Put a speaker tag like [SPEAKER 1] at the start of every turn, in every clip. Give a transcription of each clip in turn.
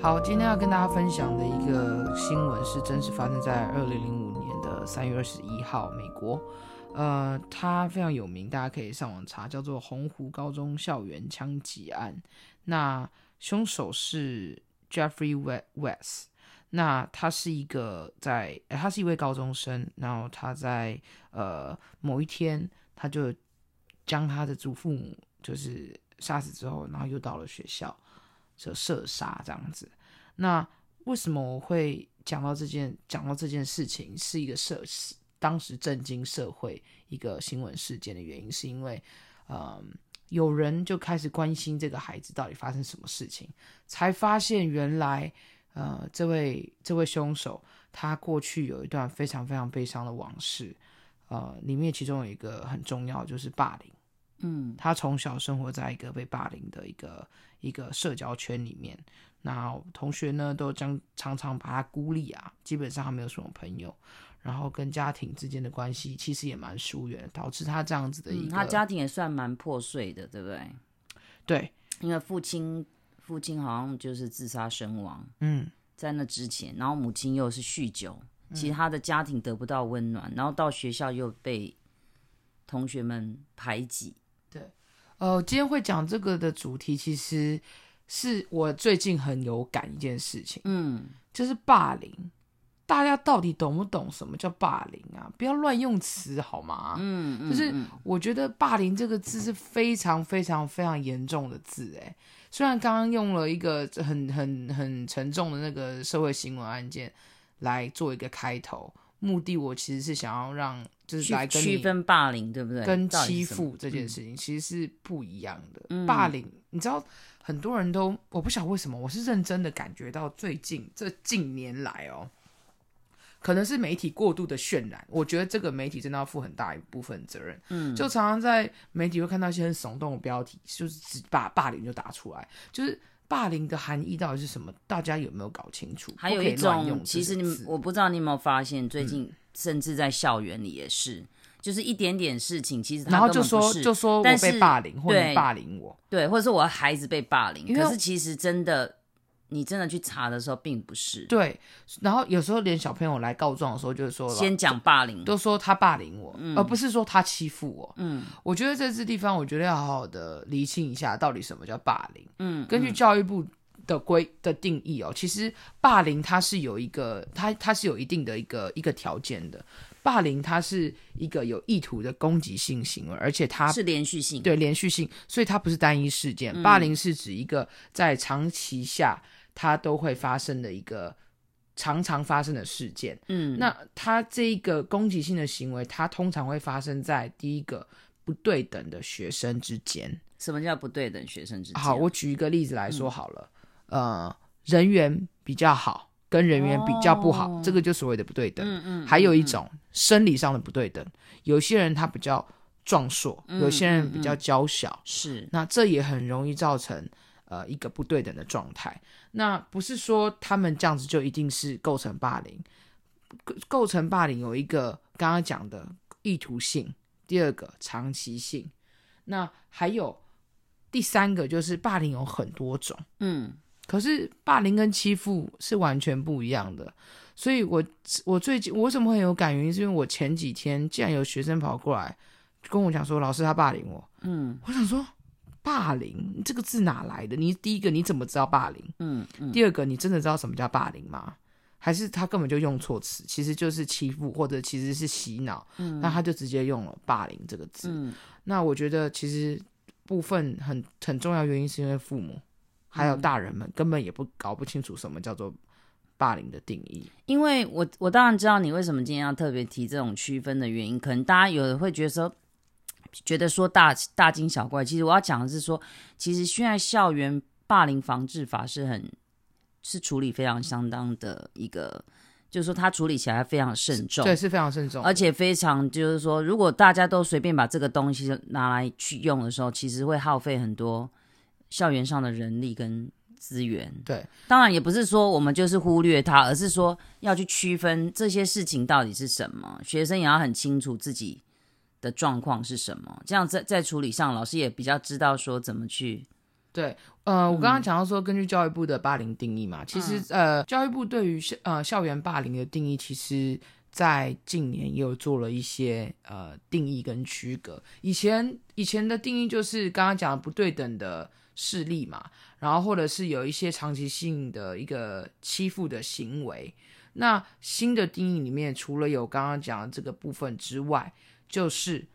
[SPEAKER 1] 好，今天要跟大家分享的一个新闻是真实发生在二零零五年的三月二十一号，美国。呃，它非常有名，大家可以上网查，叫做红湖高中校园枪击案。那凶手是 Jeffrey West，那他是一个在，呃他是一位高中生，然后他在呃某一天，他就将他的祖父母就是杀死之后，然后又到了学校，就射杀这样子。那为什么我会讲到这件讲到这件事情是一个社当时震惊社会一个新闻事件的原因，是因为，嗯，有人就开始关心这个孩子到底发生什么事情，才发现原来，呃，这位这位凶手他过去有一段非常非常悲伤的往事，呃，里面其中有一个很重要就是霸凌。
[SPEAKER 2] 嗯
[SPEAKER 1] 他从小生活在一个被霸凌的一个一个社交圈里面，那同学呢都将常常把他孤立啊，基本上他没有什么朋友，然后跟家庭之间的关系其实也蛮疏远的，导致他这样子的一个、
[SPEAKER 2] 嗯，他家庭也算蛮破碎的，对不对？
[SPEAKER 1] 对，
[SPEAKER 2] 因为父亲父亲好像就是自杀身亡，
[SPEAKER 1] 嗯
[SPEAKER 2] 在那之前，然后母亲又是酗酒，其实他的家庭得不到温暖，然后到学校又被同学们排挤。
[SPEAKER 1] 呃，今天会讲这个的主题其实是我最近很有感一件事情，
[SPEAKER 2] 嗯，
[SPEAKER 1] 就是霸凌。大家到底懂不懂什么叫霸凌啊？不要乱用词好吗？
[SPEAKER 2] 嗯嗯
[SPEAKER 1] 啊就是
[SPEAKER 2] 嗯
[SPEAKER 1] 我觉得“霸凌”这个字是非常非常非常严重的字，哎，虽然刚刚用了一个很很很沉重的那个社会新闻案件来做一个开头，目的我其实是想要让就是来
[SPEAKER 2] 区
[SPEAKER 1] 跟
[SPEAKER 2] 区
[SPEAKER 1] 你
[SPEAKER 2] 分霸凌，对不对？
[SPEAKER 1] 跟
[SPEAKER 2] 到
[SPEAKER 1] 欺
[SPEAKER 2] 底是什么
[SPEAKER 1] 负这件事情其实是不一样的。
[SPEAKER 2] 嗯
[SPEAKER 1] 霸凌，你知道很多人都我不晓得为什么，我是认真的感觉到最近这近年来哦。可能是媒体过度的渲染，我觉得这个媒体真的要负很大一部分责任。
[SPEAKER 2] 嗯，
[SPEAKER 1] 就常常在媒体会看到一些很耸动的标题，就是只把霸凌就打出来，就是霸凌的含义到底是什么？大家有没有搞清楚？
[SPEAKER 2] 还有
[SPEAKER 1] 不可
[SPEAKER 2] 一
[SPEAKER 1] 以乱用
[SPEAKER 2] 种，其实
[SPEAKER 1] 这
[SPEAKER 2] 你
[SPEAKER 1] 个字嗯
[SPEAKER 2] 我不知道你有没有发现，最近甚至在校园里也是，就是一点点事情，其实他
[SPEAKER 1] 然后
[SPEAKER 2] 根
[SPEAKER 1] 就
[SPEAKER 2] 本不
[SPEAKER 1] 说
[SPEAKER 2] 是
[SPEAKER 1] 就说我
[SPEAKER 2] 但是
[SPEAKER 1] 被霸凌，或
[SPEAKER 2] 对
[SPEAKER 1] 你霸凌我，
[SPEAKER 2] 对，或者是我的孩子被霸凌，
[SPEAKER 1] 因为
[SPEAKER 2] 可是其实真的，你真的去查的时候并不是。
[SPEAKER 1] 对。然后有时候连小朋友来告状的时候，就是说
[SPEAKER 2] 先嗯讲霸凌，
[SPEAKER 1] 都说他霸凌我，而不是说他欺负我。
[SPEAKER 2] 嗯
[SPEAKER 1] 我觉得在这地方，我觉得要好好的厘清一下，到底什么叫霸凌。
[SPEAKER 2] 嗯，
[SPEAKER 1] 根据
[SPEAKER 2] 嗯
[SPEAKER 1] 教育部的规的定义哦，其实霸凌它是有一个，它它是有一定的一个一个条件的。霸凌它是一个有意图的攻击性行为，而且它
[SPEAKER 2] 是连续性，
[SPEAKER 1] 对连续性，所以它不是单一事
[SPEAKER 2] 嗯
[SPEAKER 1] 件。霸凌是指一个在长期下它都会发生的一个常常发生的事件。
[SPEAKER 2] 嗯，
[SPEAKER 1] 那它这一个攻击性的行为，它通常会发生在第一个不对等的学生之间。
[SPEAKER 2] 什么叫不对等学生之间？
[SPEAKER 1] 好，我举一个例子来
[SPEAKER 2] 嗯
[SPEAKER 1] 说好了，呃，人缘比较好跟人缘比较不好，
[SPEAKER 2] 哦
[SPEAKER 1] 这个就所谓的不对等。
[SPEAKER 2] 嗯嗯，
[SPEAKER 1] 还有一
[SPEAKER 2] 嗯
[SPEAKER 1] 种生理上的不对等，有些人他比较壮硕，
[SPEAKER 2] 嗯
[SPEAKER 1] 有些人比较娇小，
[SPEAKER 2] 是
[SPEAKER 1] 那这也很容易造成呃一个不对等的状态。那不是说他们这样子就一定是构成霸凌，构构成霸凌有一个刚刚讲的意图性，第二个长期性，那还有第三个就是霸凌有很多种。
[SPEAKER 2] 嗯
[SPEAKER 1] 可是霸凌跟欺负是完全不一样的，所以我我最近我为什么会有感？原因是因为我前几天竟然有学生跑过来跟我讲说，老师他霸凌我，
[SPEAKER 2] 嗯
[SPEAKER 1] 我想说，霸凌这个字哪来的？你第一个你怎么知道霸凌？
[SPEAKER 2] 嗯嗯，
[SPEAKER 1] 第二个你真的知道什么叫霸凌吗？还是他根本就用错词，其实就是欺负或者其实是洗脑，那他就直接用了霸凌这个字。
[SPEAKER 2] 嗯
[SPEAKER 1] 那我觉得其实部分很很重要原因是因为父母还
[SPEAKER 2] 嗯
[SPEAKER 1] 有大人们根本也不搞不清楚什么叫做霸凌的定义。
[SPEAKER 2] 因为我我当然知道你为什么今天要特别提这种区分的原因，可能大家有人会觉得说，觉得说大大惊小怪。其实我要讲的是说，其实现在校园霸凌防治法是很是处理非常相当的一个，就是说它处理起来非常慎重，
[SPEAKER 1] 对，是非常慎重的，
[SPEAKER 2] 而且非常就是说，如果大家都随便把这个东西拿来去用的时候，其实会耗费很多校园上的人力跟资源。
[SPEAKER 1] 对，
[SPEAKER 2] 当然也不是说我们就是忽略它，而是说要去区分这些事情到底是什么，学生也要很清楚自己的状况是什么，这样在在处理上，老师也比较知道说怎么去
[SPEAKER 1] 对，呃，我刚刚讲到说，根据教育部的霸凌定义嘛，其实呃，教育部对于校呃校园霸凌的定义，其实在近年也有做了一些呃定义跟区隔。以前以前的定义就是刚刚讲的不对等的势力嘛，然后或者是有一些长期性的一个欺负的行为。那新的定义里面，除了有刚刚讲的这个部分之外，就是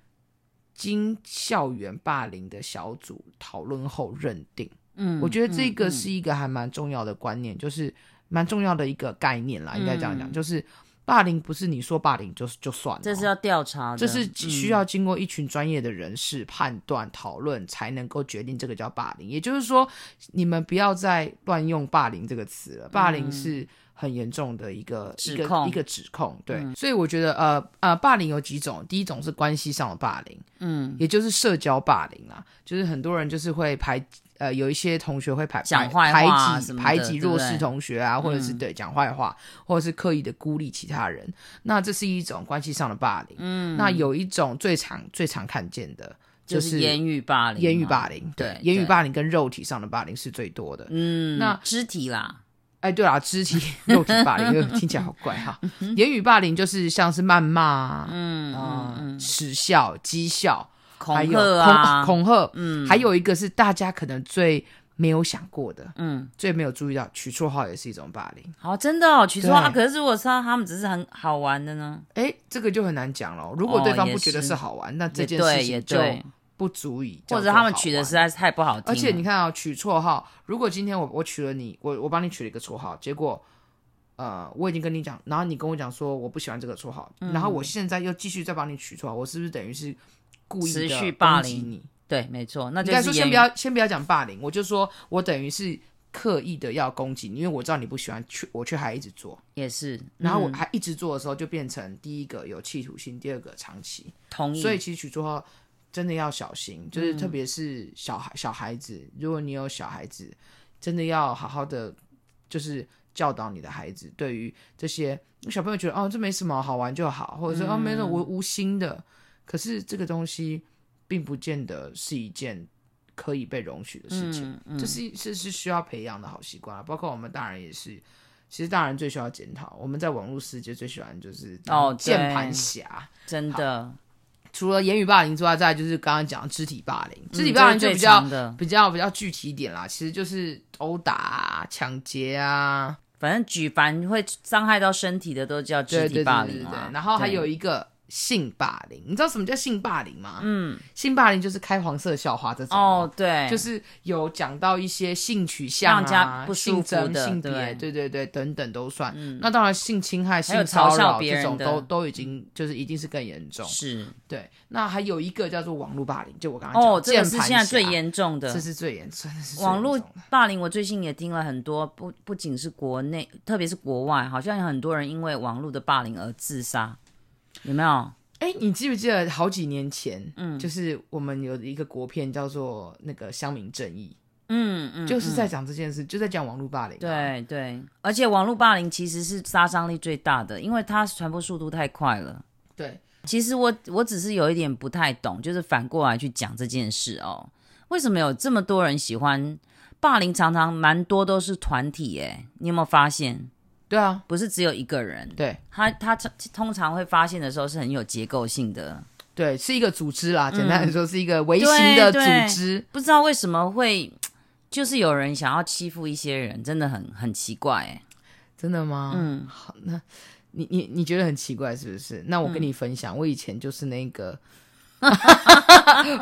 [SPEAKER 1] 经校园霸凌的小组讨论后认定。
[SPEAKER 2] 嗯，
[SPEAKER 1] 我觉得这个
[SPEAKER 2] 嗯
[SPEAKER 1] 是一个还蛮重要的观念，就是蛮重要的一个概念啦，应该这样讲，
[SPEAKER 2] 嗯
[SPEAKER 1] 就是霸凌不是你说霸凌就是就算了哦，
[SPEAKER 2] 这是要调查的，
[SPEAKER 1] 这是需
[SPEAKER 2] 嗯
[SPEAKER 1] 要经过一群专业的人士判断、讨论，才能够决定这个叫霸凌。也就是说，你们不要再乱用“霸凌”这个词了，霸凌是很严重的一个
[SPEAKER 2] 嗯指
[SPEAKER 1] 一个
[SPEAKER 2] 控嗯
[SPEAKER 1] 一个指控。对，所以我觉得，呃呃，霸凌有几种，第一种是关系上的霸凌，嗯，也就是社交霸凌啦，就是很多人就是会排。呃，有一些同学会排
[SPEAKER 2] 讲
[SPEAKER 1] 排
[SPEAKER 2] 坏
[SPEAKER 1] 排
[SPEAKER 2] 话啊
[SPEAKER 1] 挤
[SPEAKER 2] 什么的
[SPEAKER 1] 排挤
[SPEAKER 2] 对不
[SPEAKER 1] 弱势
[SPEAKER 2] 对
[SPEAKER 1] 同学啊，或者是
[SPEAKER 2] 嗯
[SPEAKER 1] 对讲坏话，或者是刻意的孤立其他人，那这是一种关系上的霸凌。嗯，那有一种最常最常看见的
[SPEAKER 2] 就是言语霸凌嘛，
[SPEAKER 1] 言语霸凌，
[SPEAKER 2] 对
[SPEAKER 1] 言语
[SPEAKER 2] 对
[SPEAKER 1] 霸凌跟肉体上的霸凌是最多的。
[SPEAKER 2] 嗯，
[SPEAKER 1] 那
[SPEAKER 2] 肢体啦，
[SPEAKER 1] 哎，对啦，肢体肉体霸凌，因 为听起来好怪哈。言语霸凌就是像是谩骂啊，
[SPEAKER 2] 嗯
[SPEAKER 1] 啊
[SPEAKER 2] 嗯嗯，
[SPEAKER 1] 耻笑、讥笑，还
[SPEAKER 2] 恐
[SPEAKER 1] 有
[SPEAKER 2] 吓啊，
[SPEAKER 1] 恐恐吓，
[SPEAKER 2] 嗯，
[SPEAKER 1] 还有一个是大家可能最没有想过的、
[SPEAKER 2] 嗯，
[SPEAKER 1] 最没有注意到，取绰号也是一种霸凌。
[SPEAKER 2] 好，真的哦，取绰号。
[SPEAKER 1] 对
[SPEAKER 2] 可是如果是他们只是很好玩的呢，
[SPEAKER 1] 哎，这个就很难讲了。如果
[SPEAKER 2] 哦
[SPEAKER 1] 对方
[SPEAKER 2] 也
[SPEAKER 1] 不觉得
[SPEAKER 2] 是
[SPEAKER 1] 是好玩，那这
[SPEAKER 2] 也
[SPEAKER 1] 件事
[SPEAKER 2] 对也
[SPEAKER 1] 情就
[SPEAKER 2] 对，
[SPEAKER 1] 不足以叫
[SPEAKER 2] 或
[SPEAKER 1] 做好玩，
[SPEAKER 2] 者他们取的实在是太不好听了，
[SPEAKER 1] 而且你看啊、取绰号，如果今天我我取了你，我我帮你取了一个绰号，结果呃我已经跟你讲，然后你跟我讲说我不喜欢这个绰号，
[SPEAKER 2] 嗯
[SPEAKER 1] 然后我现在又继续再帮你取绰号，我是不是等于是故意
[SPEAKER 2] 持
[SPEAKER 1] 的
[SPEAKER 2] 续霸
[SPEAKER 1] 攻击
[SPEAKER 2] 凌
[SPEAKER 1] 你？
[SPEAKER 2] 对，没错，那
[SPEAKER 1] 应
[SPEAKER 2] 就
[SPEAKER 1] 该
[SPEAKER 2] 是
[SPEAKER 1] 说
[SPEAKER 2] 言
[SPEAKER 1] 先
[SPEAKER 2] 语
[SPEAKER 1] 不要先不要讲霸凌，我就说我等于是刻意的要攻击你，因为我知道你不喜欢，却我却还一直做，
[SPEAKER 2] 也是，
[SPEAKER 1] 然后我
[SPEAKER 2] 嗯
[SPEAKER 1] 还一直做的时候，就变成第一个有企图心，第二个长期。
[SPEAKER 2] 同意，
[SPEAKER 1] 所以其实取绰号真的要小心，就是特别是小孩、小孩子，如果你有小孩子，真的要好好的就是教导你的孩子，对于这些小朋友觉得哦这没什么好玩就好，或者是、哦没什么我无心的，可是这个东西并不见得是一件可以被容许的事情，
[SPEAKER 2] 嗯嗯
[SPEAKER 1] 这是是是需要培养的好习惯啊，包括我们大人也是。其实大人最需要检讨，我们在网络世界最喜欢就是当
[SPEAKER 2] 哦对
[SPEAKER 1] 键盘侠，
[SPEAKER 2] 真的，
[SPEAKER 1] 除了言语霸凌之外，再来就是刚刚讲的肢体霸凌。肢体
[SPEAKER 2] 嗯
[SPEAKER 1] 霸凌
[SPEAKER 2] 这
[SPEAKER 1] 就是比
[SPEAKER 2] 最
[SPEAKER 1] 较、
[SPEAKER 2] 常的，
[SPEAKER 1] 比较比较具体一点啦，其实就是殴打、啊、抢劫啊，
[SPEAKER 2] 反正举凡会伤害到身体的都叫肢
[SPEAKER 1] 对
[SPEAKER 2] 体
[SPEAKER 1] 对对
[SPEAKER 2] 霸
[SPEAKER 1] 对对
[SPEAKER 2] 凌啊
[SPEAKER 1] 对。然后还有
[SPEAKER 2] 对
[SPEAKER 1] 一个性霸凌，你知道什么叫性霸凌吗？
[SPEAKER 2] 嗯
[SPEAKER 1] 性霸凌就是开黄色笑话这种。
[SPEAKER 2] 哦，对，
[SPEAKER 1] 就是有讲到一些性取向
[SPEAKER 2] 让人
[SPEAKER 1] 啊
[SPEAKER 2] 家、不舒
[SPEAKER 1] 性
[SPEAKER 2] 服
[SPEAKER 1] 征、
[SPEAKER 2] 的
[SPEAKER 1] 性别，
[SPEAKER 2] 对嗯
[SPEAKER 1] 对对对，等等都算。那当然，性侵害、
[SPEAKER 2] 还
[SPEAKER 1] 性
[SPEAKER 2] 有
[SPEAKER 1] 骚
[SPEAKER 2] 嘲笑
[SPEAKER 1] 扰
[SPEAKER 2] 别
[SPEAKER 1] 这
[SPEAKER 2] 人
[SPEAKER 1] 种
[SPEAKER 2] 的嗯
[SPEAKER 1] 都都已经就是一定是更严重。
[SPEAKER 2] 是
[SPEAKER 1] 对，那还有一个叫做网络霸凌，就我刚刚
[SPEAKER 2] 哦，这
[SPEAKER 1] 啊键
[SPEAKER 2] 个
[SPEAKER 1] 盘
[SPEAKER 2] 是现在最
[SPEAKER 1] 侠
[SPEAKER 2] 严重的
[SPEAKER 1] 这。是最严重，真的是最
[SPEAKER 2] 网络
[SPEAKER 1] 严重的
[SPEAKER 2] 霸凌，我最近也听了很多，不不仅是国内，特别是国外，好像有很多人因为网络的霸凌而自杀，有没有？
[SPEAKER 1] 哎、你记不记得好几年前，嗯，就是我们有一个国片叫做那个《乡民正义
[SPEAKER 2] 嗯嗯，》，
[SPEAKER 1] 就是在讲这件事，就在讲网络霸凌、，啊
[SPEAKER 2] 对对，而且网络霸凌其实是杀伤力最大的，因为它传播速度太快了。
[SPEAKER 1] 对，
[SPEAKER 2] 其实我我只是有一点不太懂，就是反过来去讲这件事哦，为什么有这么多人喜欢霸凌？常常蛮多都是团体诶，你有没有发现？
[SPEAKER 1] 对啊，
[SPEAKER 2] 不是只有一个人，
[SPEAKER 1] 对
[SPEAKER 2] 他他通常会发现的时候是很有结构性的，
[SPEAKER 1] 对，是一个组织啦，简单来说是一个微型的
[SPEAKER 2] 嗯对对
[SPEAKER 1] 组织。
[SPEAKER 2] 不知道为什么会就是有人想要欺负一些人，真的很很奇怪诶。
[SPEAKER 1] 真的吗？嗯，好，那你你你觉得很奇怪是不是？那我跟你
[SPEAKER 2] 嗯
[SPEAKER 1] 分享，我以前就是那 个，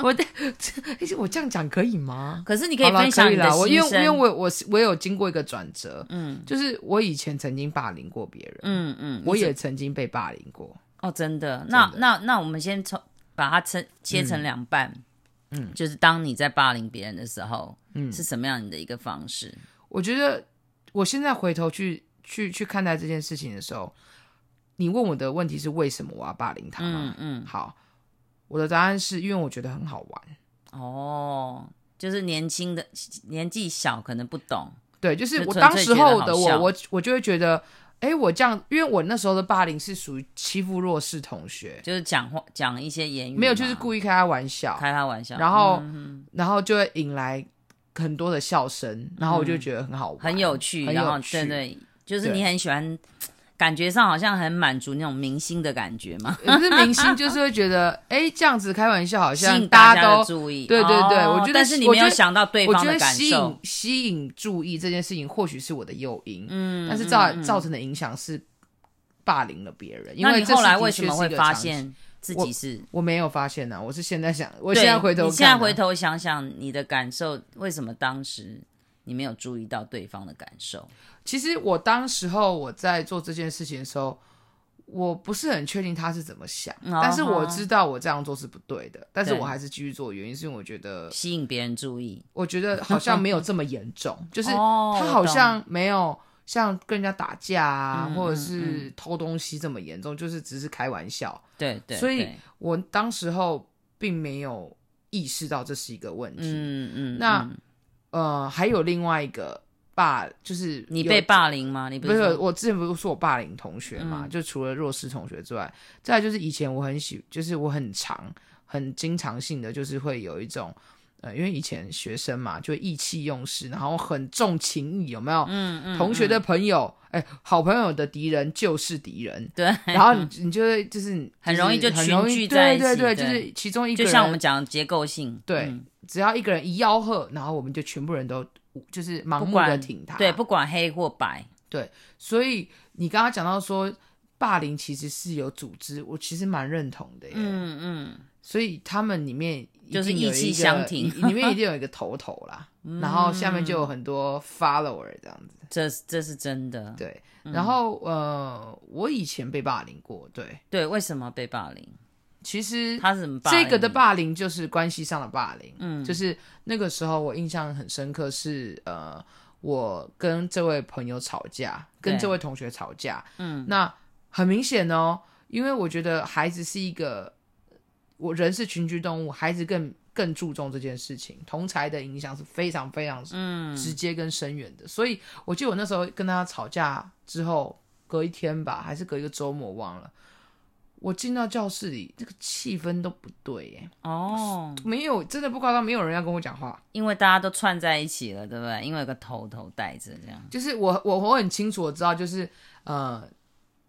[SPEAKER 1] 我的，这我这样讲可以吗？
[SPEAKER 2] 可是你
[SPEAKER 1] 你
[SPEAKER 2] 可以分享你的
[SPEAKER 1] 啦，我因
[SPEAKER 2] 心
[SPEAKER 1] 为因为
[SPEAKER 2] 声。
[SPEAKER 1] 我我是我有经过一个转折，嗯，就是我以前曾经霸凌过别人，
[SPEAKER 2] 嗯嗯，
[SPEAKER 1] 我也曾经被霸凌过，
[SPEAKER 2] 哦，真的，那那那我们先从把它成切成两半，嗯，就是当你在霸凌别人的时候，嗯，是什么样的一个方式？
[SPEAKER 1] 我觉得我现在回头去去去看待这件事情的时候，你问我的问题是为什么我要霸凌他
[SPEAKER 2] 嗯
[SPEAKER 1] 吗？
[SPEAKER 2] 嗯，
[SPEAKER 1] 好，啊我的答案是因为我觉得很好玩。
[SPEAKER 2] 哦，就是年轻的年纪小可能不懂，
[SPEAKER 1] 对，就是
[SPEAKER 2] 就
[SPEAKER 1] 我
[SPEAKER 2] 纯
[SPEAKER 1] 当
[SPEAKER 2] 粹
[SPEAKER 1] 时
[SPEAKER 2] 觉得
[SPEAKER 1] 候
[SPEAKER 2] 好
[SPEAKER 1] 的
[SPEAKER 2] 笑
[SPEAKER 1] 我，我我就会觉得，哎，我这样，因为我那时候的霸凌是属于欺负弱势同学，
[SPEAKER 2] 就是讲话讲一些言语嘛，
[SPEAKER 1] 没有就是故意开他玩笑，
[SPEAKER 2] 嗯开他玩笑，
[SPEAKER 1] 然后
[SPEAKER 2] 嗯嗯
[SPEAKER 1] 然后就会引来很多的笑声，然后我就觉得很好玩，
[SPEAKER 2] 嗯很有趣，
[SPEAKER 1] 很
[SPEAKER 2] 然后
[SPEAKER 1] 有趣。
[SPEAKER 2] 对对，就是
[SPEAKER 1] 对
[SPEAKER 2] 你很喜欢，感觉上好像很满足那种明星的感觉嘛，
[SPEAKER 1] 可是明星就是会觉得，哎，这样子开玩笑好
[SPEAKER 2] 吸
[SPEAKER 1] 像
[SPEAKER 2] 引大
[SPEAKER 1] 家
[SPEAKER 2] 家
[SPEAKER 1] 都
[SPEAKER 2] 的注意。
[SPEAKER 1] 对对对
[SPEAKER 2] 哦
[SPEAKER 1] 我觉得
[SPEAKER 2] 但是你
[SPEAKER 1] 我
[SPEAKER 2] 没
[SPEAKER 1] 觉得
[SPEAKER 2] 有想到对
[SPEAKER 1] 我
[SPEAKER 2] 方
[SPEAKER 1] 觉
[SPEAKER 2] 的
[SPEAKER 1] 得
[SPEAKER 2] 感
[SPEAKER 1] 吸引
[SPEAKER 2] 受，
[SPEAKER 1] 吸引注意这件事情，或许是我的诱因，嗯，但是造、造成的影响是霸凌了别人。因
[SPEAKER 2] 那
[SPEAKER 1] 为
[SPEAKER 2] 你
[SPEAKER 1] 这
[SPEAKER 2] 后
[SPEAKER 1] 是
[SPEAKER 2] 来
[SPEAKER 1] 的
[SPEAKER 2] 为
[SPEAKER 1] 确
[SPEAKER 2] 什么
[SPEAKER 1] 是
[SPEAKER 2] 会
[SPEAKER 1] 一个
[SPEAKER 2] 发
[SPEAKER 1] 长期？
[SPEAKER 2] 现自
[SPEAKER 1] 我
[SPEAKER 2] 己是？
[SPEAKER 1] 我没有发现呐、我是现在想，我
[SPEAKER 2] 对
[SPEAKER 1] 现在回头看、
[SPEAKER 2] 你
[SPEAKER 1] 啊
[SPEAKER 2] 现在回，头想想你的感受，为什么当时你没有注意到对方的感受？
[SPEAKER 1] 其实我当时候我在做这件事情的时候，我不是很确定他是怎么想，
[SPEAKER 2] 嗯
[SPEAKER 1] 但是我
[SPEAKER 2] 哦
[SPEAKER 1] 知道我这样做是不对的，但是
[SPEAKER 2] 对
[SPEAKER 1] 我还是继续做，原因是因为我觉得，
[SPEAKER 2] 吸引别人注意，
[SPEAKER 1] 我觉得好像没有这么严 重，就是
[SPEAKER 2] 哦
[SPEAKER 1] 他
[SPEAKER 2] 我
[SPEAKER 1] 好
[SPEAKER 2] 懂
[SPEAKER 1] 像没有像跟人家打架啊，
[SPEAKER 2] 嗯
[SPEAKER 1] 或者
[SPEAKER 2] 嗯
[SPEAKER 1] 是偷东西这么严重，就是只是开玩笑。
[SPEAKER 2] 对对，
[SPEAKER 1] 所以
[SPEAKER 2] 对
[SPEAKER 1] 我当时候并没有意识到这是一个问题。
[SPEAKER 2] 嗯嗯，
[SPEAKER 1] 那
[SPEAKER 2] 嗯
[SPEAKER 1] 呃，还有另外一个霸，就是
[SPEAKER 2] 你
[SPEAKER 1] 有
[SPEAKER 2] 被。霸凌吗？你不
[SPEAKER 1] 不
[SPEAKER 2] 是
[SPEAKER 1] 是
[SPEAKER 2] 说
[SPEAKER 1] 我之前不是说我霸凌同学嘛？
[SPEAKER 2] 嗯
[SPEAKER 1] 就除了弱势同学之外，再来就是以前我很喜，就是我很常、很经常性的，就是会有一种，呃，因为以前学生嘛，就意气用事，然后很重情义，有没有？
[SPEAKER 2] 嗯嗯
[SPEAKER 1] 同学
[SPEAKER 2] 嗯
[SPEAKER 1] 的朋友，哎、好朋友的敌人就是敌人，
[SPEAKER 2] 对，
[SPEAKER 1] 然后你你就会就是就是
[SPEAKER 2] 很容易就
[SPEAKER 1] 很容
[SPEAKER 2] 群
[SPEAKER 1] 易
[SPEAKER 2] 聚在一
[SPEAKER 1] 对
[SPEAKER 2] 起
[SPEAKER 1] 对就
[SPEAKER 2] 对
[SPEAKER 1] 是其中一个
[SPEAKER 2] 就
[SPEAKER 1] 人，
[SPEAKER 2] 像我们讲的结构性，
[SPEAKER 1] 对
[SPEAKER 2] 嗯
[SPEAKER 1] 只要一个人一吆喝，然后我们就全部人都就是盲
[SPEAKER 2] 不
[SPEAKER 1] 目的
[SPEAKER 2] 管
[SPEAKER 1] 挺他。
[SPEAKER 2] 对，不管黑或白，
[SPEAKER 1] 所以你刚刚讲到说霸凌其实是有组织，我其实蛮认同的耶。
[SPEAKER 2] 嗯嗯，
[SPEAKER 1] 所以他们里面一定
[SPEAKER 2] 就是
[SPEAKER 1] 有
[SPEAKER 2] 意气
[SPEAKER 1] 一个
[SPEAKER 2] 相挺
[SPEAKER 1] 里
[SPEAKER 2] 嗯
[SPEAKER 1] 里面一定有一个头头 啦，然后下面就有很多 follower 这样子。
[SPEAKER 2] 这这是真的。
[SPEAKER 1] 对，然后呃，我以前被霸凌过，对，
[SPEAKER 2] 对，为什么被霸凌？
[SPEAKER 1] 其实
[SPEAKER 2] 他是怎么霸凌？
[SPEAKER 1] 这个的，霸凌就是关系上的霸凌，
[SPEAKER 2] 嗯，
[SPEAKER 1] 就是那个时候我印象很深刻是呃，我跟这位朋友吵架，
[SPEAKER 2] 对
[SPEAKER 1] 跟这位同学吵架，
[SPEAKER 2] 嗯，
[SPEAKER 1] 那很明显哦，因为我觉得孩子是一个，我人是群居动物，孩子更更注重这件事情，同才的影响是非常非常
[SPEAKER 2] 嗯
[SPEAKER 1] 直接跟深远的，所以我记得我那时候跟他吵架之后，隔一天吧，还是隔一个周末忘了。我进到教室里，这个气氛都不对耶，
[SPEAKER 2] 哦，
[SPEAKER 1] 没有，真的不夸张，没有人要跟我讲话。
[SPEAKER 2] 因为大家都串在一起了，对不对？因为有个头头带着这样，
[SPEAKER 1] 就是我我我很清楚的知道，就是呃，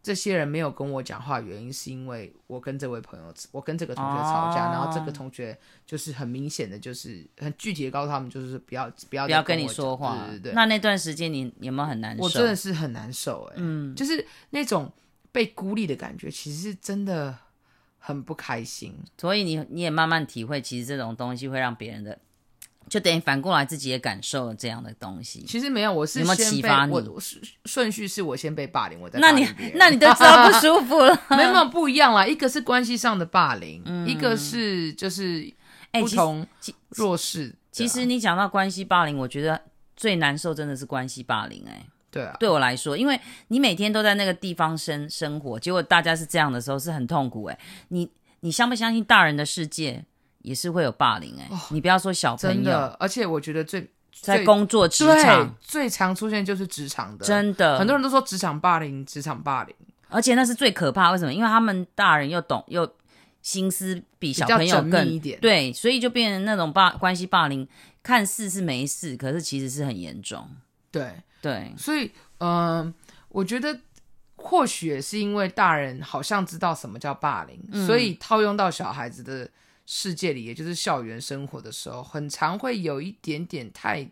[SPEAKER 1] 这些人没有跟我讲话，原因是因为我跟这位朋友，我跟这个同学吵架，
[SPEAKER 2] 哦
[SPEAKER 1] 然后这个同学就是很明显的，就是很具体的告诉他们，就是不要不要
[SPEAKER 2] 不
[SPEAKER 1] 不
[SPEAKER 2] 要跟你说话。
[SPEAKER 1] 对对对，
[SPEAKER 2] 那那段时间你有没有很难受？
[SPEAKER 1] 我真的是很难受哎、
[SPEAKER 2] 嗯，
[SPEAKER 1] 就是那种被孤立的感觉，其实是真的很不开心。
[SPEAKER 2] 所以你你也慢慢体会，其实这种东西会让别人的，就等于反过来自己也感受了这样的东西。
[SPEAKER 1] 其实没有，我是
[SPEAKER 2] 有没有
[SPEAKER 1] 先
[SPEAKER 2] 启
[SPEAKER 1] 被
[SPEAKER 2] 发你
[SPEAKER 1] 我我顺顺序是我先被霸凌，我再
[SPEAKER 2] 那
[SPEAKER 1] 霸
[SPEAKER 2] 你
[SPEAKER 1] 凌别人
[SPEAKER 2] 那你都知道不舒服 了。
[SPEAKER 1] 没有没有不一样啦，一个是关系上的霸凌，一个是就是
[SPEAKER 2] 嗯哎
[SPEAKER 1] 不
[SPEAKER 2] 其实
[SPEAKER 1] 同
[SPEAKER 2] 其
[SPEAKER 1] 弱势的啊、
[SPEAKER 2] 其实你讲到关系霸凌，我觉得最难受真的是关系霸凌、哎，
[SPEAKER 1] 对啊，
[SPEAKER 2] 对我来说，因为你每天都在那个地方生生活，结果大家是这样的时候是很痛苦、哎，你你相不相信大人的世界也是会有霸凌、哎、你不要说小
[SPEAKER 1] 哦真
[SPEAKER 2] 朋友
[SPEAKER 1] 的，而且我觉得最
[SPEAKER 2] 在
[SPEAKER 1] 最
[SPEAKER 2] 工作职
[SPEAKER 1] 对
[SPEAKER 2] 场，
[SPEAKER 1] 最常出现就是职场的，
[SPEAKER 2] 真的
[SPEAKER 1] 很多人都说职场霸凌，职场霸凌
[SPEAKER 2] 而且那是最可怕，为什么？因为他们大人又懂又心思比
[SPEAKER 1] 比
[SPEAKER 2] 小
[SPEAKER 1] 较
[SPEAKER 2] 朋友
[SPEAKER 1] 缜密
[SPEAKER 2] 更
[SPEAKER 1] 一点，
[SPEAKER 2] 对，所以就变成那种霸关系霸凌，看似是没事，可是其实是很严重。
[SPEAKER 1] 对，
[SPEAKER 2] 对，
[SPEAKER 1] 所以嗯、呃我觉得。或许也是因为大人好像知道什么叫霸凌，
[SPEAKER 2] 嗯
[SPEAKER 1] 所以套用到小孩子的世界里，也就是校园生活的时候，很常会有一点点太、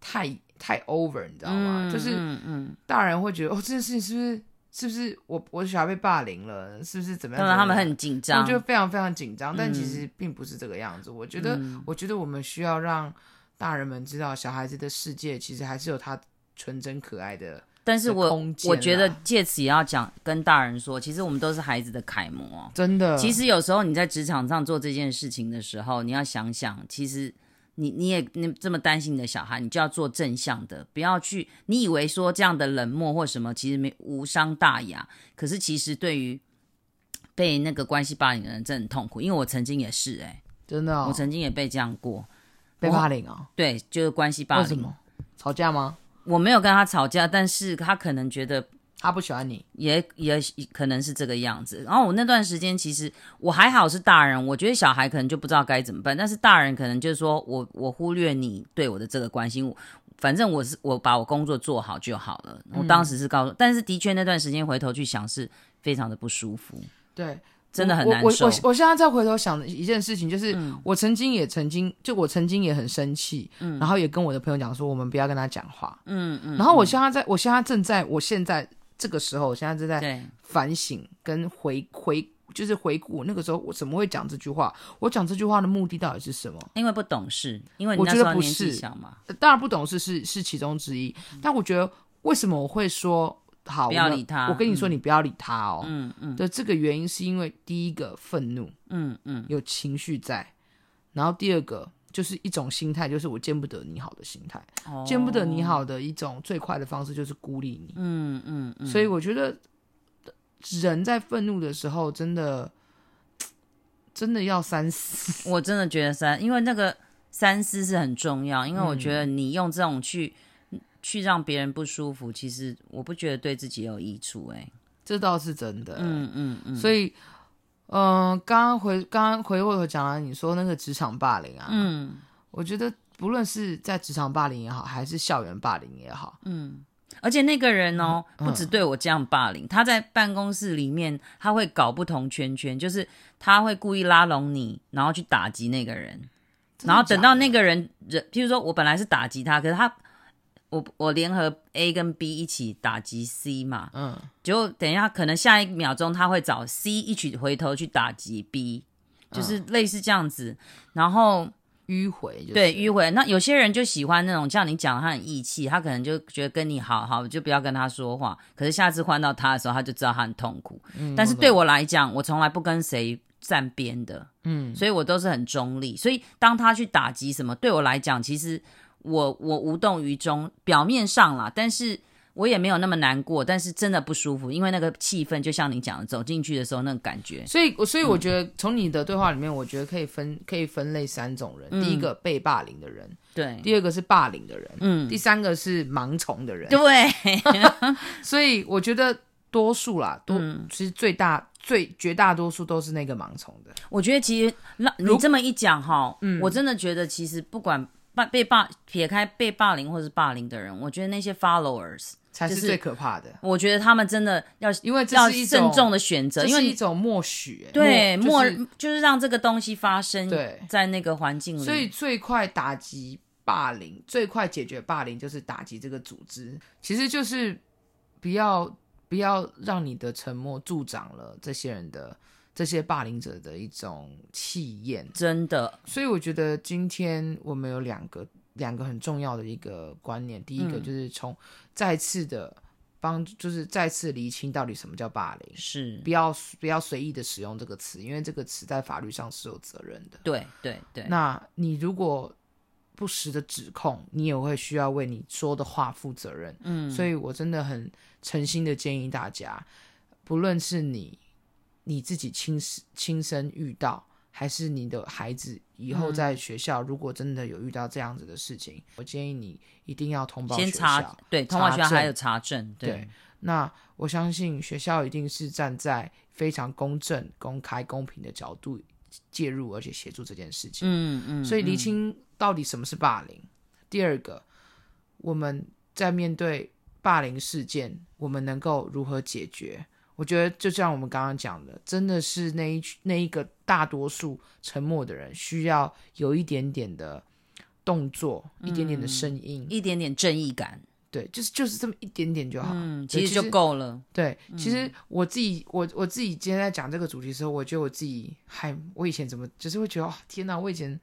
[SPEAKER 1] 太、太 over，你知道吗？啊就是
[SPEAKER 2] 嗯嗯，
[SPEAKER 1] 大人会觉得哦，这件事情是不是是不是我我小孩被霸凌了，是不是怎么样？
[SPEAKER 2] 当然他
[SPEAKER 1] 怎
[SPEAKER 2] 们
[SPEAKER 1] 么样
[SPEAKER 2] 很紧
[SPEAKER 1] 他
[SPEAKER 2] 张
[SPEAKER 1] 们，就非常非常紧张，但
[SPEAKER 2] 嗯
[SPEAKER 1] 其实并不是这个样子。我觉得，我觉得我们需要让大人们知道，小孩子的世界其实还是有他纯真可爱的。
[SPEAKER 2] 但是
[SPEAKER 1] 的
[SPEAKER 2] 我
[SPEAKER 1] 空间啊
[SPEAKER 2] 我觉得
[SPEAKER 1] 啦
[SPEAKER 2] 借此也要讲跟大人说，其实我们都是孩子的楷模哦、
[SPEAKER 1] 真的，
[SPEAKER 2] 其实有时候你在职场上做这件事情的时候，你要想想，其实你你也你这么担心你的小孩，你就要做正向的，不要去你以为说这样的冷漠或什么，其实没无伤大雅。可是其实对于被那个关系霸凌的人，真的很痛苦，因为我曾经也是哎、
[SPEAKER 1] 真的、哦，
[SPEAKER 2] 我曾经也被这样过，
[SPEAKER 1] 被霸凌啊、
[SPEAKER 2] 对，就是关系霸
[SPEAKER 1] 为什
[SPEAKER 2] 凌。
[SPEAKER 1] 么？吵架吗？
[SPEAKER 2] 我没有跟他吵架，但是他可能觉得
[SPEAKER 1] 他不喜欢你，
[SPEAKER 2] 也也可能是这个样子。然后我那段时间其实我还好是大人，我觉得小孩可能就不知道该怎么办，但是大人可能就是说我我忽略你对我的这个关心，我反正我是我把我工作做好就好了。我
[SPEAKER 1] 嗯
[SPEAKER 2] 当时是告诉，但是的确那段时间回头去想是非常的不舒服，
[SPEAKER 1] 对，
[SPEAKER 2] 真的很
[SPEAKER 1] 我
[SPEAKER 2] 难
[SPEAKER 1] 我
[SPEAKER 2] 受嗯
[SPEAKER 1] 我。我现在再回头想一件事情，就是、我曾经也曾经，就我曾经也很生气，然后也跟我的朋友讲说，我们不要跟他讲话。
[SPEAKER 2] 嗯嗯，
[SPEAKER 1] 然后我现在在，我现在正在，我现在这个时候，我现在正在
[SPEAKER 2] 对
[SPEAKER 1] 反省跟回回，就是回顾那个时候我怎么会讲这句话，我讲这句话的目的到底是什么？
[SPEAKER 2] 因为不懂事，因为你
[SPEAKER 1] 我
[SPEAKER 2] 那
[SPEAKER 1] 觉得
[SPEAKER 2] 时候
[SPEAKER 1] 不
[SPEAKER 2] 年纪
[SPEAKER 1] 是
[SPEAKER 2] 小嘛，
[SPEAKER 1] 呃当然不懂事是是其中之一，但我觉得为什么我会说好
[SPEAKER 2] 嗯不要
[SPEAKER 1] 我们
[SPEAKER 2] 理他
[SPEAKER 1] 我跟你说你不要理他哦，
[SPEAKER 2] 嗯嗯
[SPEAKER 1] 的这个原因是因为第一个愤怒
[SPEAKER 2] 嗯嗯，
[SPEAKER 1] 有情绪在，然后第二个。就是一种心态，就是我见不得你好的心态，
[SPEAKER 2] 哦
[SPEAKER 1] 见不得你，好的一种最快的方式就是孤立你。
[SPEAKER 2] 嗯嗯嗯，
[SPEAKER 1] 所以我觉得人在愤怒的时候，真的真的要三思。
[SPEAKER 2] 我真的觉得三，因为那个三思是很重要，因为我觉得你用这种去、去让别人不舒服，其实我不觉得对自己有益处、哎，
[SPEAKER 1] 这倒是真的。
[SPEAKER 2] 嗯嗯嗯，
[SPEAKER 1] 所以，嗯、刚刚回刚刚回过头讲了，你说那个职场霸凌啊，
[SPEAKER 2] 嗯
[SPEAKER 1] 我觉得不论是在职场霸凌也好，还是校园霸凌也好，
[SPEAKER 2] 嗯。而且那个人哦，
[SPEAKER 1] 嗯
[SPEAKER 2] 不止对我这样霸凌，他在办公室里面他会搞不同圈圈，就是他会故意拉拢你，然后去打击那个人，
[SPEAKER 1] 真的
[SPEAKER 2] 然后等到那
[SPEAKER 1] 假
[SPEAKER 2] 个人人，譬如说我本来是打击他，可是他我我联合 A 跟 B 一起打击 C 嘛，
[SPEAKER 1] 的嗯，
[SPEAKER 2] 就等一下，可能下一秒钟他会找 C 一起回头去打击 B，就是类似这样子。然后
[SPEAKER 1] 迂回就是
[SPEAKER 2] 对迂回，那有些人就喜欢那种像你讲他很义气，他可能就觉得跟你好好就不要跟他说话。可是下次换到他的时候，他就知道他很痛苦。
[SPEAKER 1] 嗯
[SPEAKER 2] 但是对
[SPEAKER 1] 懂
[SPEAKER 2] 我来讲，我从来不跟谁站边的，
[SPEAKER 1] 嗯
[SPEAKER 2] 所以我都是很中立。所以当他去打击什么，对我来讲，其实我我无动于衷，表面上啦，但是我也没有那么难过，但是真的不舒服，因为那个气氛就像你讲的，走进去的时候那个感觉，
[SPEAKER 1] 所以，所以
[SPEAKER 2] 嗯
[SPEAKER 1] 我觉得从你的对话里面，我觉得可以分可以分类三种人：
[SPEAKER 2] 嗯
[SPEAKER 1] 第一个被霸凌的人，
[SPEAKER 2] 对，
[SPEAKER 1] 第二个是霸凌的人，
[SPEAKER 2] 嗯，
[SPEAKER 1] 第三个是盲从的人。
[SPEAKER 2] 对，
[SPEAKER 1] 所以我觉得多数啦，多、
[SPEAKER 2] 嗯
[SPEAKER 1] 其实最大最绝大多数都是那个盲从的。
[SPEAKER 2] 我觉得其实那你这么一讲哈，
[SPEAKER 1] 嗯
[SPEAKER 2] 我真的觉得其实不管霸被霸撇开被霸凌或是霸凌的人，我觉得那些 followers，
[SPEAKER 1] 才
[SPEAKER 2] 就是是
[SPEAKER 1] 最可怕的，
[SPEAKER 2] 我觉得他们真的要
[SPEAKER 1] 因为这
[SPEAKER 2] 要
[SPEAKER 1] 是一
[SPEAKER 2] 慎
[SPEAKER 1] 种
[SPEAKER 2] 重的选择，
[SPEAKER 1] 这
[SPEAKER 2] 因为
[SPEAKER 1] 是
[SPEAKER 2] 你
[SPEAKER 1] 一种默许、欸
[SPEAKER 2] 对，
[SPEAKER 1] 默
[SPEAKER 2] 默
[SPEAKER 1] 就是
[SPEAKER 2] 就是让这个东西发生，
[SPEAKER 1] 对
[SPEAKER 2] 在那个环境里，
[SPEAKER 1] 所以最快打击霸凌，最快解决霸凌就是打击这个组织，其实就是不要不要让你的沉默助长了这些人的这些霸凌者的一种气焰。
[SPEAKER 2] 真的，
[SPEAKER 1] 所以我觉得今天我们有两个两个很重要的一个观念，第一个
[SPEAKER 2] 嗯
[SPEAKER 1] 就是从再次的帮，就是再次厘清到底什么叫霸凌，
[SPEAKER 2] 是
[SPEAKER 1] 不要不要随意的使用这个词，因为这个词在法律上是有责任的。
[SPEAKER 2] 对对对，
[SPEAKER 1] 那你如果不实的指控，你也会需要为你说的话负责任。
[SPEAKER 2] 嗯，
[SPEAKER 1] 所以我真的很诚心的建议大家，不论是你你自己亲身亲身遇到，还是你的孩子以后
[SPEAKER 2] 嗯
[SPEAKER 1] 在学校，如果真的有遇到这样子的事情，我建议你一定要通报学
[SPEAKER 2] 先
[SPEAKER 1] 校
[SPEAKER 2] 查。对通话
[SPEAKER 1] 查
[SPEAKER 2] 学校还
[SPEAKER 1] 证
[SPEAKER 2] 有查证，
[SPEAKER 1] 对，那我相信学校一定是站在非常公正、公开、公平的角度介入，而且协助这件事情。
[SPEAKER 2] 嗯嗯，
[SPEAKER 1] 所以厘
[SPEAKER 2] 嗯
[SPEAKER 1] 清到底什么是霸凌。第二个，我们在面对霸凌事件，我们能够如何解决？我觉得就像我们刚刚讲的，真的是那一群那一个大多数沉默的人，需要有一点点的动作，一点
[SPEAKER 2] 嗯
[SPEAKER 1] 点的声音，
[SPEAKER 2] 一点点正义感，
[SPEAKER 1] 对，就是就是这么一点点就好。
[SPEAKER 2] 嗯，
[SPEAKER 1] 啊对
[SPEAKER 2] 其
[SPEAKER 1] 其
[SPEAKER 2] 实就
[SPEAKER 1] 实
[SPEAKER 2] 够了，
[SPEAKER 1] 对，其实
[SPEAKER 2] 嗯
[SPEAKER 1] 我自己，我我自己今天在讲这个主题的时候，我觉得我自己还，我以前怎么，就是会觉得，哦，天哪，我以前，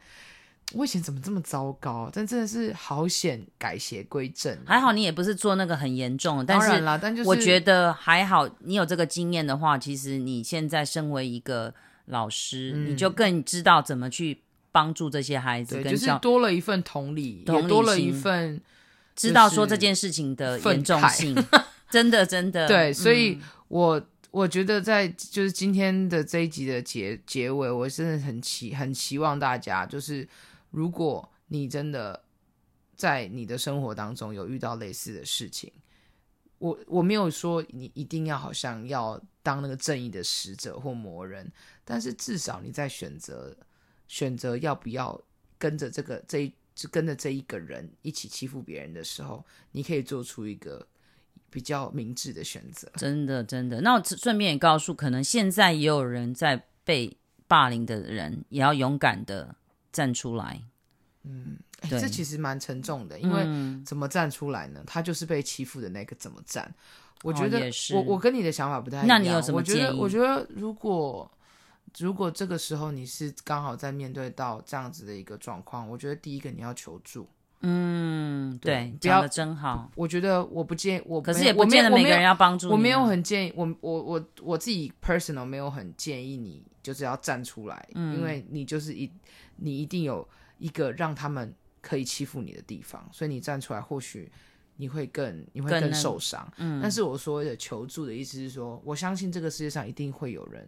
[SPEAKER 1] 我以前怎么这么糟糕？但真的是好险改邪归正，
[SPEAKER 2] 还好你也不是做那个很严重的，但
[SPEAKER 1] 当然
[SPEAKER 2] 是
[SPEAKER 1] 啦，但就是
[SPEAKER 2] 我觉得还好，你有这个经验的话，其实你现在身为一个老师，
[SPEAKER 1] 嗯
[SPEAKER 2] 你就更知道怎么去帮助这些孩子
[SPEAKER 1] 对，
[SPEAKER 2] 跟
[SPEAKER 1] 就是
[SPEAKER 2] 教
[SPEAKER 1] 多了一份同理，
[SPEAKER 2] 同
[SPEAKER 1] 也
[SPEAKER 2] 理
[SPEAKER 1] 多了一
[SPEAKER 2] 心
[SPEAKER 1] 份
[SPEAKER 2] 知道说
[SPEAKER 1] 就是
[SPEAKER 2] 这件事情的
[SPEAKER 1] 愤
[SPEAKER 2] 严重
[SPEAKER 1] 慨
[SPEAKER 2] 性， 真的真的。
[SPEAKER 1] 对，所以
[SPEAKER 2] 嗯
[SPEAKER 1] 我我觉得在就是今天的这一集的结结尾，我真的很期很期望大家，就是如果你真的在你的生活当中有遇到类似的事情，我我没有说你一定要好像要当那个正义的使者或魔人，但是至少你在选择选择要不要跟着这个这一就跟着这一个人一起欺负别人的时候，你可以做出一个比较明智的选择。
[SPEAKER 2] 真的真的。那我顺便也告诉，可能现在也有人在被霸凌的人，也要勇敢的站出来。
[SPEAKER 1] 哎
[SPEAKER 2] 对
[SPEAKER 1] 这其实蛮沉重的，因为
[SPEAKER 2] 嗯
[SPEAKER 1] 怎么站出来呢？他就是被欺负的那个，怎么站？我
[SPEAKER 2] 哦
[SPEAKER 1] 觉得、
[SPEAKER 2] 也是
[SPEAKER 1] 我我跟你的想法不太一样。
[SPEAKER 2] 那你有什么
[SPEAKER 1] 我觉得
[SPEAKER 2] 建议
[SPEAKER 1] 我觉得如果如果这个时候你是刚好在面对到这样子的一个状况，我觉得第一个你要求助。
[SPEAKER 2] 嗯，对
[SPEAKER 1] 对，不要
[SPEAKER 2] 讲的真好。
[SPEAKER 1] 我觉得我不建议，我
[SPEAKER 2] 可是
[SPEAKER 1] 没
[SPEAKER 2] 也不见得
[SPEAKER 1] 我没有
[SPEAKER 2] 每个人要帮助你啊
[SPEAKER 1] 我没有很建议，我我我我自己 personal 没有很建议你就是要站出来，
[SPEAKER 2] 嗯
[SPEAKER 1] 因为你就是一你一定有一个让他们可以欺负你的地方，所以你站出来或许你会更你会
[SPEAKER 2] 更
[SPEAKER 1] 更
[SPEAKER 2] 能
[SPEAKER 1] 受伤。嗯，但是我所谓的求助的意思是说，我相信这个世界上一定会有人。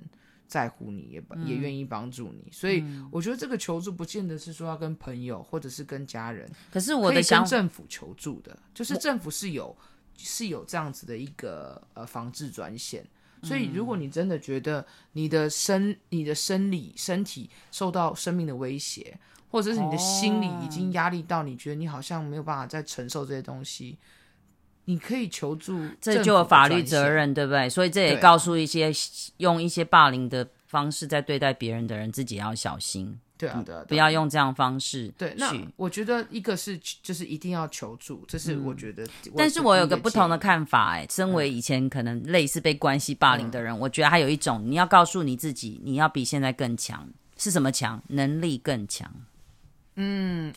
[SPEAKER 1] 在乎你也、
[SPEAKER 2] 嗯
[SPEAKER 1] 也愿意帮助你，所以我觉得这个求助不见得是说要跟朋友或者是跟家人，
[SPEAKER 2] 可是我
[SPEAKER 1] 可
[SPEAKER 2] 的
[SPEAKER 1] 以
[SPEAKER 2] 想
[SPEAKER 1] 跟
[SPEAKER 2] 法，
[SPEAKER 1] 政府求助的，就是政府是有是有这样子的一个呃防治专线。所以，如果
[SPEAKER 2] 嗯
[SPEAKER 1] 你真的觉得你的身、你的生理、身体受到生命的威胁，或者是你的心理已
[SPEAKER 2] 哦
[SPEAKER 1] 经压力到你觉得你好像没有办法再承受这些东西，你可以求助政府的专线。
[SPEAKER 2] 这就有法律责任，对不对？所以这也
[SPEAKER 1] 对啊
[SPEAKER 2] 告诉一些用一些霸凌的方式在对待别人的人，自己也要小心，
[SPEAKER 1] 对啊。对啊，对啊，
[SPEAKER 2] 嗯不要用这样方式去。
[SPEAKER 1] 对。那我觉得一个是就是一定要求助，这是我觉得。
[SPEAKER 2] 嗯但是我有个不同的
[SPEAKER 1] 看。
[SPEAKER 2] 看法、哎，身
[SPEAKER 1] 嗯
[SPEAKER 2] 为以前可能类似被关系霸凌的人，我觉得还有一种，你要告诉你自己，你要比现在更强，是什么强？能力更强。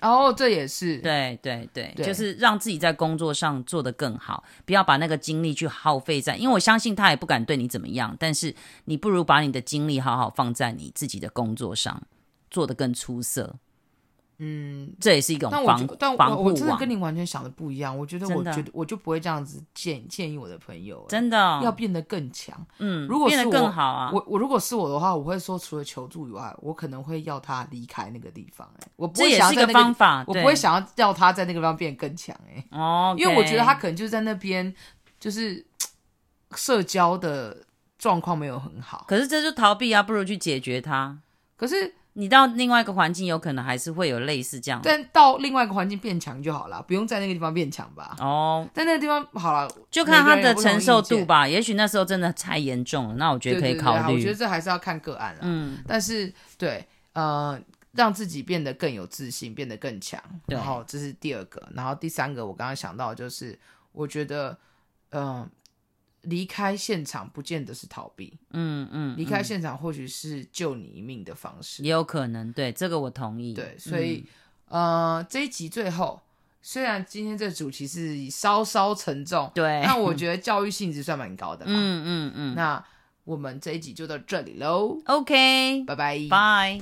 [SPEAKER 1] 哦，这也是
[SPEAKER 2] 对对对，
[SPEAKER 1] 对
[SPEAKER 2] 就是让自己在工作上做得更好，不要把那个精力去耗费在，因为我相信他也不敢对你怎么样，但是你不如把你的精力好好放在你自己的工作上，做得更出色。嗯，这也是一种
[SPEAKER 1] 但我
[SPEAKER 2] 防
[SPEAKER 1] 觉但
[SPEAKER 2] 防
[SPEAKER 1] 我
[SPEAKER 2] 护
[SPEAKER 1] 我真的
[SPEAKER 2] 网
[SPEAKER 1] 跟，你完全想的不一样。我觉得
[SPEAKER 2] 真
[SPEAKER 1] 我
[SPEAKER 2] 的
[SPEAKER 1] 觉得我就不会这样子建建议我的朋友，
[SPEAKER 2] 真的哦、
[SPEAKER 1] 要变得更强。
[SPEAKER 2] 嗯，
[SPEAKER 1] 如果是
[SPEAKER 2] 变得
[SPEAKER 1] 我
[SPEAKER 2] 更好啊，
[SPEAKER 1] 我我如果是我的话，我会说除了求助以外，我可能会要他离开那个地方、哎，我不
[SPEAKER 2] 这
[SPEAKER 1] 会
[SPEAKER 2] 也
[SPEAKER 1] 想
[SPEAKER 2] 是
[SPEAKER 1] 要
[SPEAKER 2] 一
[SPEAKER 1] 在那
[SPEAKER 2] 个方法，
[SPEAKER 1] 我
[SPEAKER 2] 对
[SPEAKER 1] 不会想要要他在那个地方变得更强、哎，
[SPEAKER 2] 哦，
[SPEAKER 1] 因为我觉得他可能就在那边就是嘖社交的状况没有很好。
[SPEAKER 2] 可是这就逃避啊，不如去解决它。
[SPEAKER 1] 可是，
[SPEAKER 2] 你到另外一个环境，有可能还是会有类似这样的
[SPEAKER 1] 但到另外一个环境变强就好了，不用在那个地方变强吧。
[SPEAKER 2] 哦，
[SPEAKER 1] 在那个地方好了，
[SPEAKER 2] 就看他
[SPEAKER 1] 每个人
[SPEAKER 2] 的
[SPEAKER 1] 有不同
[SPEAKER 2] 承受
[SPEAKER 1] 意见
[SPEAKER 2] 度吧。也许那时候真的太严重了，那我觉得可
[SPEAKER 1] 对
[SPEAKER 2] 以
[SPEAKER 1] 对对
[SPEAKER 2] 考
[SPEAKER 1] 啊我觉得
[SPEAKER 2] 虑。
[SPEAKER 1] 这还是要看个案了。
[SPEAKER 2] 嗯，
[SPEAKER 1] 但是对，呃，让自己变得更有自信，变得更强。
[SPEAKER 2] 对
[SPEAKER 1] 然后这是第二个，然后第三个，我刚刚想到的就是，我觉得，嗯、离开现场不见得是逃避，
[SPEAKER 2] 嗯嗯，
[SPEAKER 1] 离开
[SPEAKER 2] 嗯
[SPEAKER 1] 现场或许是救你一命的方式。
[SPEAKER 2] 也有可能，对这个我同意。
[SPEAKER 1] 对，所以、
[SPEAKER 2] 嗯
[SPEAKER 1] 呃，这一集最后，虽然今天这主题是稍稍沉重，
[SPEAKER 2] 对，
[SPEAKER 1] 但我觉得教育性质算蛮高的啦。
[SPEAKER 2] 嗯嗯嗯
[SPEAKER 1] 那我们这一集就到这里喽，
[SPEAKER 2] ，OK，
[SPEAKER 1] 拜拜，
[SPEAKER 2] 拜。